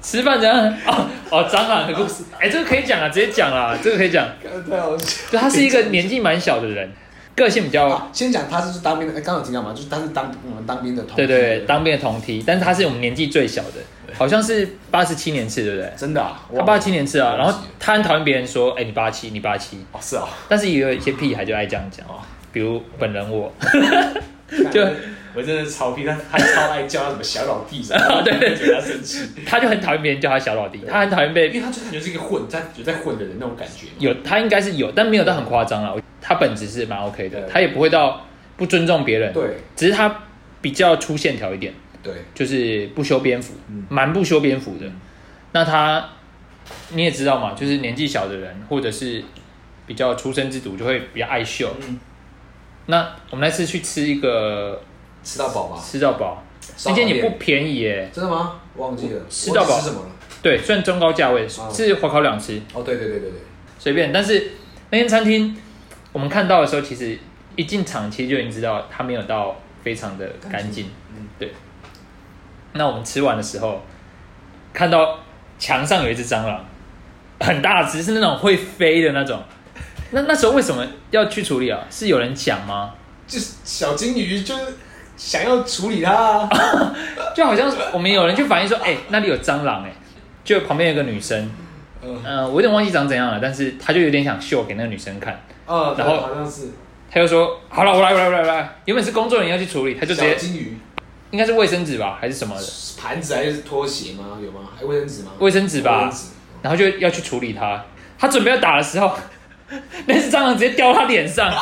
A: 吃饭怎样？哦哦，蟑螂的故事，哎、这个可以讲啊，直接讲啦，这个可以讲。
B: 看太好笑。
A: 就他是一个年纪蛮小的人，个性比较，
B: 啊先讲他是当兵的，哎，刚刚有提到嘛，就是他是当我们当兵的同
A: 对
B: 梯
A: 对对，
B: 的
A: 当兵的同梯，但是他是我们年纪最小的，好像是八十七年次，对不对？
B: 真的啊，
A: 他八七年次啊，然
B: 忘
A: 后
B: 记了
A: 他很讨厌别人说，哎、你八七，你八七，
B: 哦是啊，
A: 但是也有一些屁孩就爱这样讲，哦比如本人我，就
B: 我真的超屁，他他超爱叫他什么小老弟 什么，对对，给他生气，
A: 他就很讨厌别人叫他小老弟，他很讨厌
B: 因
A: 被
B: 为他就感觉是一个混在有在混的人那种感觉。
A: 有，他应该是有，但没有到很夸张了，他本质是蛮 OK 的，
B: 对
A: 他也不会到不尊重别人，
B: 对
A: 只是他比较粗线条一点。
B: 对，
A: 就是不修边幅
B: 嗯，
A: 蛮不修边幅的。那他你也知道嘛，就是年纪小的人，或者是比较出生之犊，就会比较爱秀。
B: 嗯，
A: 那我们那次去吃一个
B: 吃到饱吧？
A: 吃到饱，那间也不便宜耶。
B: 真的吗？忘记了，
A: 吃到饱
B: 忘记吃什么了？
A: 对，算中高价位，
B: 哦
A: 是火烤两吃，
B: 哦，对对对对对，
A: 随便。但是那间餐厅我们看到的时候，其实一进场其实就已经知道它没有到非常的干净。
B: 嗯，
A: 那我们吃完的时候，看到墙上有一只蟑螂，很大只，是那种会飞的那种。那那时候为什么要去处理啊？是有人讲吗？
B: 就是小金鱼就是想要处理它啊，
A: 就好像我们有人去反映说，哎、那里有蟑螂、哎，就旁边有个女生，
B: 嗯
A: 呃，我有点忘记长怎样了，但是她就有点想秀给那个女生看，
B: 啊，
A: 然后
B: 好像是
A: 她就说，好了，我来，我来，我来，我来。原本是工作人员要去处理，她就直
B: 小
A: 接
B: 金鱼
A: 应该是卫生纸吧，还是什么的
B: 盘子还是拖鞋吗？有吗？还有卫生纸吗？
A: 卫生纸
B: 卫
A: 吧
B: 生，纸
A: 然后就要去处理它。 他准备要打的时候，那只蟑螂直接叼他脸上，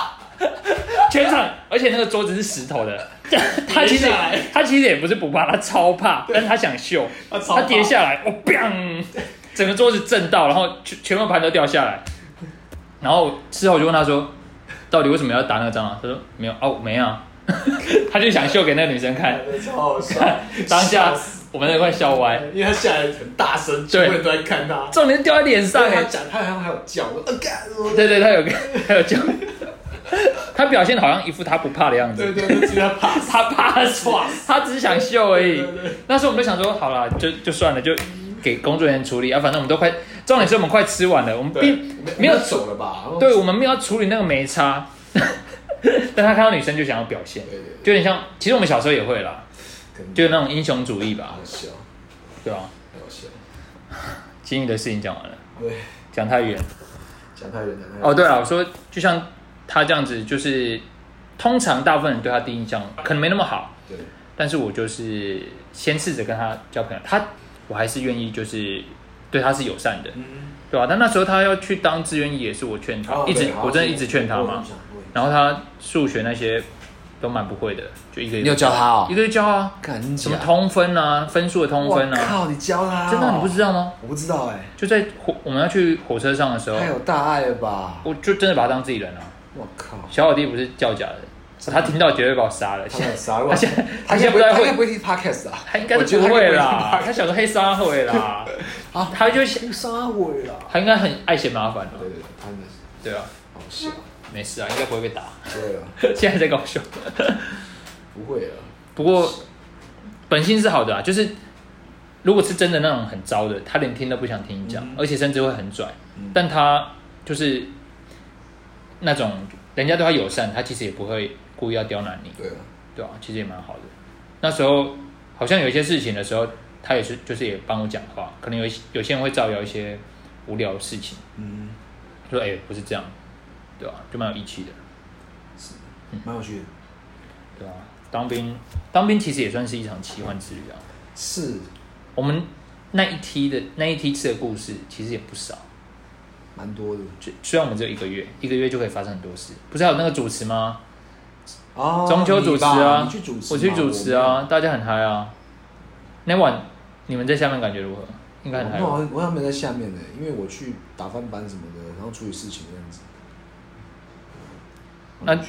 A: 全场而且那个桌子是石头的，他其实
D: 跌下来
A: 他其实也不是不怕，他超怕，但是他想秀，
D: 他超
A: 他
D: 怕
A: 跌下来，我、砰，整个桌子震到，然后全全部盘都掉下来，然后事后我就问他说，到底为什么要打那个蟑螂？他说没有哦，没啊， 他就想秀给那个女生看，
D: 超好 笑，
A: 当下
D: 笑死
A: 我们那块笑歪，
D: 因为他下来很大声，
A: 对
D: 全部人都在看他。
A: 重点掉在脸上、
B: 但他
A: 欸，
B: 讲，他好像还有叫
D: ，“Oh
B: 我，呃，干， 我
A: 对对，他有个他有叫，他表现得好像一副他不怕的样子，
D: 对对对，其实他怕死。
A: 他怕死，他只是想秀而已
D: 对对对。
A: 那时候我们就想说，好啦，就就算了，就给工作人员处理啊。反正我们都快，重点是我们快吃完了，我们并没有
B: 我们走了吧？
D: ？Oh，
A: 对，我们没有要处理那个没差。 但他看到女生就想要表现，
B: 对对，
A: 就有点像，其实我们小时候也会啦，
B: 可能
A: 就是那种英雄主义吧
B: 好，笑，
A: 对吧、啊？
B: 很好笑，
A: 经历的事情讲完了，
B: 对，
A: 讲太远。
B: 讲太远，讲太远，
A: 哦，对了，我说就像他这样子，就是通常大部分人对他第一印象可能没那么好，
B: 对，
A: 但是我就是先试着跟他交朋友，他我还是愿意就是对他是友善的，
B: 嗯，
A: 对吧、但那时候他要去当志愿役也是我劝他，
B: 哦
A: 一直
B: 对好
A: 我真的一直劝他
B: 我有
A: 嘛
B: 印。象我有印象
A: 然后他数学那些都蛮不会的，就一个一
B: 你有
A: 个
B: 教他哦
A: 一？个一个教啊，
B: 干你
A: 什么
B: 假
A: 通分啊，分数的通分
B: 哇
A: 啊，
B: 靠，你教他哦？
A: 真的你不知道吗？
B: 我不知道哎，
A: 就在火我们要去火车上的时候，
B: 太有大爱了吧？
A: 我就真的把他当自己人了、啊。
B: 我靠，
A: 小老弟不是叫假的，他听到绝对把我杀了。
B: 他
A: 现在
B: 们啥？
A: 他现在
B: 他
A: 他
B: 现
A: 现在
B: 在不
A: 不太
B: 他应该
A: 会
B: 不，会听 podcast 啊？
A: 他应该
B: 我觉
A: 是
B: 得
A: 不
B: 他
A: 会
B: 应该
A: 啦
B: 不。会
A: 他小时候黑社会 啦，
B: 啊，
A: 他就想
B: 听啥鬼啦？
A: 他应该很爱嫌麻烦的。
B: 对对，对他们是
A: 对啊，
B: 好笑，
A: 没事啊，应该不会被打。
B: 对了，
A: 现在在搞笑，
B: 不会啊了，
A: 不过本性是好的啊，就是如果是真的那种很糟的，他连听都不想听你讲，而且甚至会很拽。但他就是那种人家对他友善，他其实也不会故意要刁难你。
B: 对了，
A: 对啊，其实也蛮好的。那时候好像有一些事情的时候，他也是就是也帮我讲话，可能有一些有些人会造谣一些无聊的事情，
B: 嗯，
A: 说哎、不是这样，对吧、就蛮有义气的，嗯
B: 蛮有趣的。
A: 对吧、当兵当兵其实也算是一场奇幻之旅啊。
B: 是
A: 我们那一梯的那一梯次的故事其实也不少，
B: 蛮多的
A: 就虽然我们只有一个月，一个月就可以发生很多事。不是还有那个主持吗？
B: 哦
A: 中秋主持啊，
B: 你去主持，
A: 我去主持，啊，大家很嗨啊。那晚你们在下面感觉如何？应该很嗨
B: 哦我
A: 吧。
B: 好像我好像没在下面呢，因为我去打饭班什么的，然后处理事情这样子。
A: 那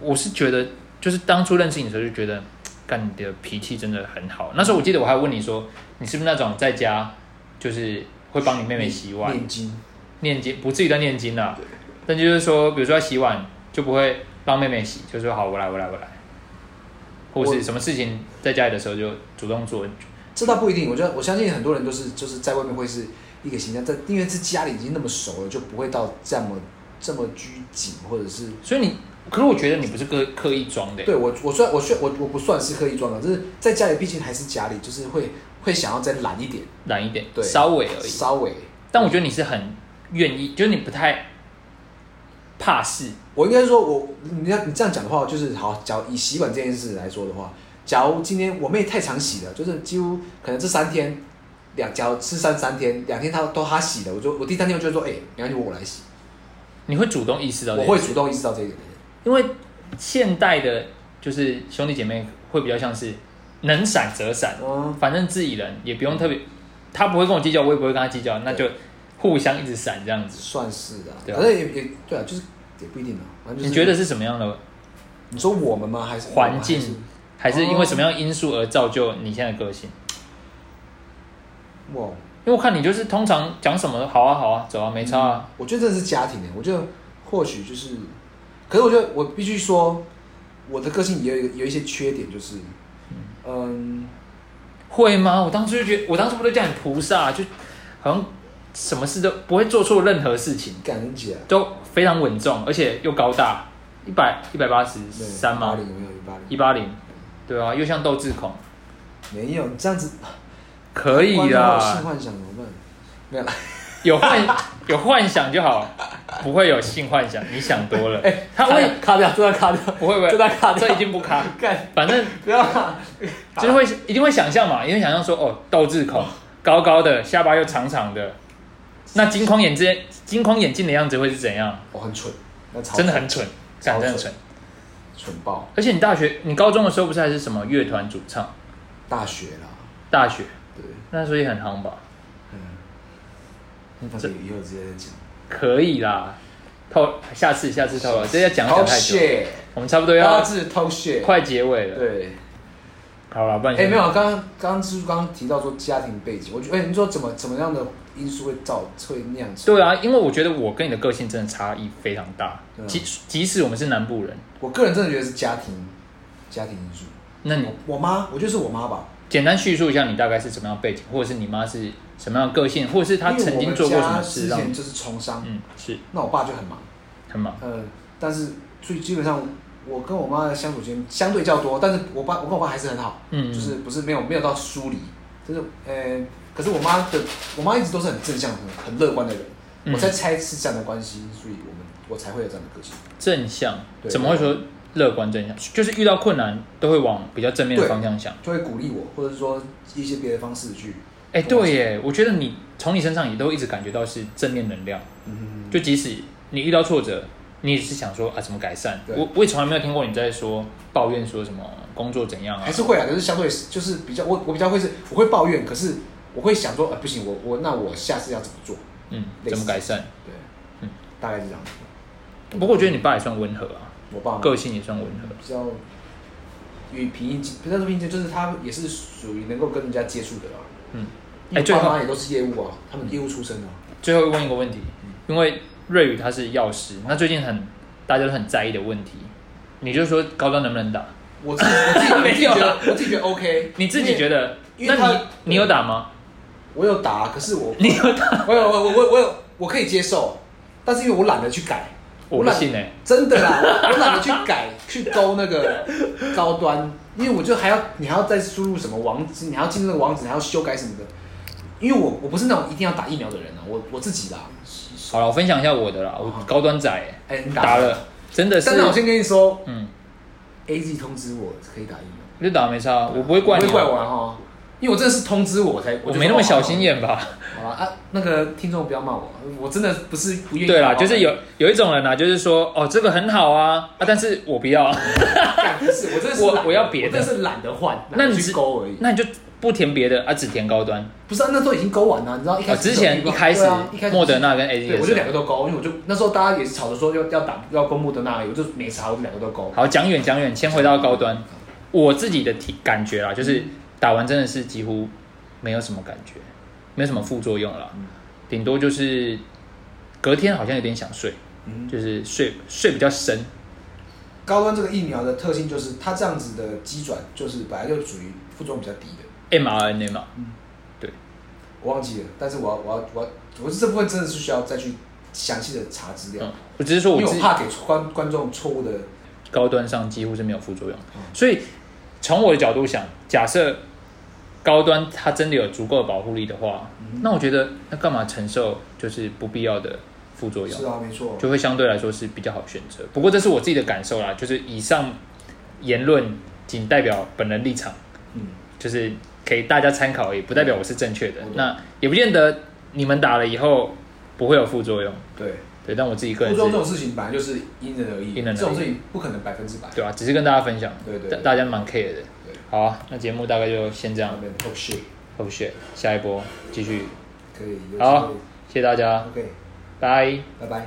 A: 我是觉得，就是当初认识你的时候就觉得，干你的脾气真的很好。那时候我记得我还问你说，你是不是那种在家就是会帮你妹妹洗碗、
B: 念经，
A: 念经，不至于到念经啦、但就是说，比如说要洗碗，就不会让妹妹洗，就说好我来我来我来，或
B: 我
A: 是什么事情在家里的时候就主动做。
B: 这倒不一定。我觉得我相信很多人都是就是在外面会是一个形象，在因为是家里已经那么熟了，就不会到这么这么拘谨，或者是
A: 所以你，可是我觉得你不是刻刻意装的、
B: 对我，我虽然我虽我我不算是刻意装的，就是在家里，毕竟还是家里，就是会会想要再懒一点，
A: 懒一点，
B: 对
A: 稍微而已。
B: 稍微。
A: 但我觉得你是很愿意，就是你不太怕事。
B: 我应该说我，你要你这样讲的话，就是好。假如以洗碗这件事来说的话，假如今天我妹太常洗了，就是几乎可能这三天两，假如吃三三天，两天她都她洗了，我就我第三天我就说，哎、没关系，我来洗，
A: 你会主动意识到这
B: 我
A: 件事，
B: 会主动意识到这一点。
A: 因为现代的就是兄弟姐妹会比较像是能闪则闪，
B: 嗯，
A: 反正自己人也不用特别，他不会跟我计较，我也不会跟他计较，那就互相一直闪这样子。
B: 算是的、啊，
A: 对啊
B: 反正也也对啊，就是也不一定啊。反正就是
A: 你觉得是什么样的
B: 你说我们吗？还是
A: 环
B: 我们还是
A: 境，哦还是哦因为什么样的因素而造就你现在的个性？
B: 哇，
A: 因为我看你就是通常讲什么好啊好啊走啊没差啊，
B: 我觉得这是家庭的，欸我觉得或许就是，可是我觉得我必须说，我的个性也有一个有一些缺点，就是，嗯，
A: 会吗？我当初就觉得，我当初不都叫你菩萨，啊就好像什么事都不会做错任何事情。
B: 感恩节啊，
A: 都非常稳重，而且又高大，一百一百八十
B: 对
A: 三吗
B: 180？有没有一八
A: 一
B: 零？
A: 八零，对啊，又像斗志孔，
B: 没有，你这样子
A: 可以啊
B: 观众会有性
A: 啦，
B: 幻想怎么办？没有啦，
A: 有幻 有幻想就好，不会有性幻想，你想多了。哎，他会
D: 卡掉，这段卡掉，
A: 不会不会？
D: 这段卡掉，
A: 这已经不卡，
D: 干，
A: 反正
D: 不要啦，
A: 就是会一定会想象嘛，一定会想象说哦，斗志孔，高高的，下巴又长长的，那金框眼镜金框眼镜的样子会是怎样？
B: 我很蠢，那超
A: 真的很蠢，
B: 超
A: 讲真
B: 蠢
A: 的很蠢。
B: 蠢爆。
A: 而且你大学、你高中的时候不是还是什么乐团主唱？
B: 大学啦，
A: 大学
B: 对，
A: 那时候也很夯吧？
B: 嗯，那个以后直接再讲。
A: 可以啦，透下次下次透了，这要讲讲太久了，
B: shit，
A: 我们差不多
B: 大
A: 要
B: 致 talk shit。
A: 快结尾了。
B: 对，
A: 好了，不然
B: 哎、
A: 你先
B: 没有，刚刚刚刚是刚刚提到说家庭背景，我觉得，哎、你说怎么怎么样的因素会造会那样子？
A: 对啊，因为我觉得我跟你的个性真的差异非常大
B: 对，啊
A: 即即使我们是南部人，
B: 我个人真的觉得是家庭家庭因素。
A: 那你
B: 我妈，我就是我妈吧，
A: 简单叙述一下你大概是什么样的背景，或者是你妈是什么样的个性，或者是她
B: 因为
A: 曾
B: 我
A: 经
B: 们
A: 做过
B: 家
A: 什么事
B: 之
A: 让
B: 前
A: 你
B: 就是从商，
A: 嗯是
B: 那我爸就很忙，
A: 很忙，
B: 呃，但是最基本上我跟我妈的相处时间相对较多，但是我爸我跟我爸还是很好，
A: 嗯
B: 就是不是没有没有到疏离，就是呃，可是我妈的我妈一直都是很正向、很很乐观的人，
A: 嗯
B: 我在猜是这样的关系，所以我们我才会有这样的个性。
A: 正向
B: 对
A: 怎么会说乐观正向？就是遇到困难都会往比较正面的
B: 对
A: 方向想。
B: 就会鼓励我，或者说一些别的方式去，
A: 哎、
B: 跟我
A: 对耶，我觉得你从你身上也都一直感觉到是正面能量，
B: 嗯，
A: 就即使你遇到挫折，你也是想说啊怎么改善。
B: 对
A: 我我也从来没有听过你在说抱怨说什么工作怎样啊
B: 还，是会啊，可是相对就是比较我我比较会是我会抱怨，可是我会想说，呃，不行，我我那我下次要怎么做？
A: 嗯，
B: 类似
A: 怎么改善？
B: 对，
A: 嗯
B: 大概是这样。
A: 不过我觉得你爸也算温和啊，
B: 我爸妈
A: 个性也算温和。
B: 比较与平易近，不是说平易近，就是他也是属于能够跟人家接触的啦。
A: 嗯，
B: 因为
A: 哎最后嗯
B: 爸妈也都是业务啊，他们业务出身啊。
A: 最后问一个问题，
B: 嗯
A: 因为瑞宇他是药师，那最近很大家都很在意的问题，你就说高端能不能打？
B: 我自己我自己我自
A: 没
B: 己
A: 有
B: 觉得
A: 啦
B: 我自己觉得 OK，
A: 你自己觉
B: 得？
A: 得？
B: 因
A: 那
B: 为因为他嗯
A: 你你有打吗？
B: 我有打，可是我
A: 你有打？
B: 我有我有我有我有我可以接受，但是因为我懒得去改，
A: 我不
B: 懒
A: 信哎、
B: 真的啦，我我懒得去改去勾那 个高端，因为我就还要你还要再输入什么网址，你还要进那个网址，你还要修改什么的。因为我我不是那种一定要打疫苗的人啊，我我自己啦。
A: 好了，我分享一下我的啦，我
B: 好
A: 高端仔、欸、
B: 哎、你
A: 打了，真的是
B: 但，是我先跟你说
A: 嗯，
B: ，A Z 通知我可以打疫苗，
A: 就打没差啊，我不会怪你
B: 不
A: 啊，
B: 会怪我啊哈，因为我真的是通知我才，
A: 我
B: 就
A: 没那么
B: 说哦
A: 小心眼吧？
B: 好了啊，那个听众不要骂我，我真的不是不愿意。
A: 对啦，就是有有一种人啊，就是说哦这个很好啊啊，但是我不要啊，
B: 嗯干，不是我真的是
A: 我
B: 懒得
A: 我要别的
B: 我真的是懒得换，
A: 那
B: 懒
A: 你
B: 得
A: 是
B: 去勾而已。
A: 那你就不填别的啊，只填高端。
B: 不是、啊，那时候已经勾完了，你知道一
A: 哦，
B: 开始
A: 之前
B: 就
A: 一
B: 有
A: 开始
B: 对啊一开始
A: 莫德纳跟 A
B: 就
A: Z
B: 是。对，
A: 的
B: 我就
A: 时
B: 两
A: 候，
B: 个都勾，因为我就那时候大家也是吵着说要要打要公布的那，我就没查，我就两个都勾。
A: 好讲远讲远，先回到高端。我自己的体感觉啦，
B: 嗯
A: 就是打完真的是几乎没有什么感觉，没有什么副作用啦
B: 嗯，
A: 顶多就是隔天好像有点想睡，
B: 嗯，
A: 就是睡睡比较深。
B: 高端这个疫苗的特性就是它这样子的机转，就是本来就属于副作用比较低的，
A: mRNA 嘛，
B: 我忘记了，但是我要我要我要，我是这部分真的是需要再去详细的查资料，
A: 嗯，我只是说
B: 因
A: 我
B: 为
A: 自
B: 我
A: 己
B: 怕给观观众错误的，
A: 高端上几乎是没有副作用
B: 嗯，
A: 所以从我的角度想，假设高端它真的有足够的保护力的话，
B: 嗯
A: 那我觉得那干嘛承受就是不必要的副作用
B: 是？啊，没错，
A: 就会相对来说是比较好选择。不过这是我自己的感受啦，就是以上言论仅代表本人立场，
B: 嗯，
A: 就是给大家参考而已，不代表我是正确的
B: 我。懂
A: 那也不见得你们打了以后不会有副作用，
B: 对，
A: 对。但我自己个
B: 副
A: 人
B: 作用这
A: 是，
B: 种事情本来就是因人而异，
A: 因人而异
B: 这种事情不可能百分之百，
A: 对吧、只是跟大家分享，
B: 对对
A: 大
B: 对
A: 大家蛮 care 的
B: 对。
A: 好啊，那节目大概就先这
B: 那
A: 样，
B: 边 talk shit
A: 后续下一波继续，
B: 可以，有机
A: 好啊
B: 会
A: 谢谢大家，
B: ，OK，
A: 拜。
B: 拜拜。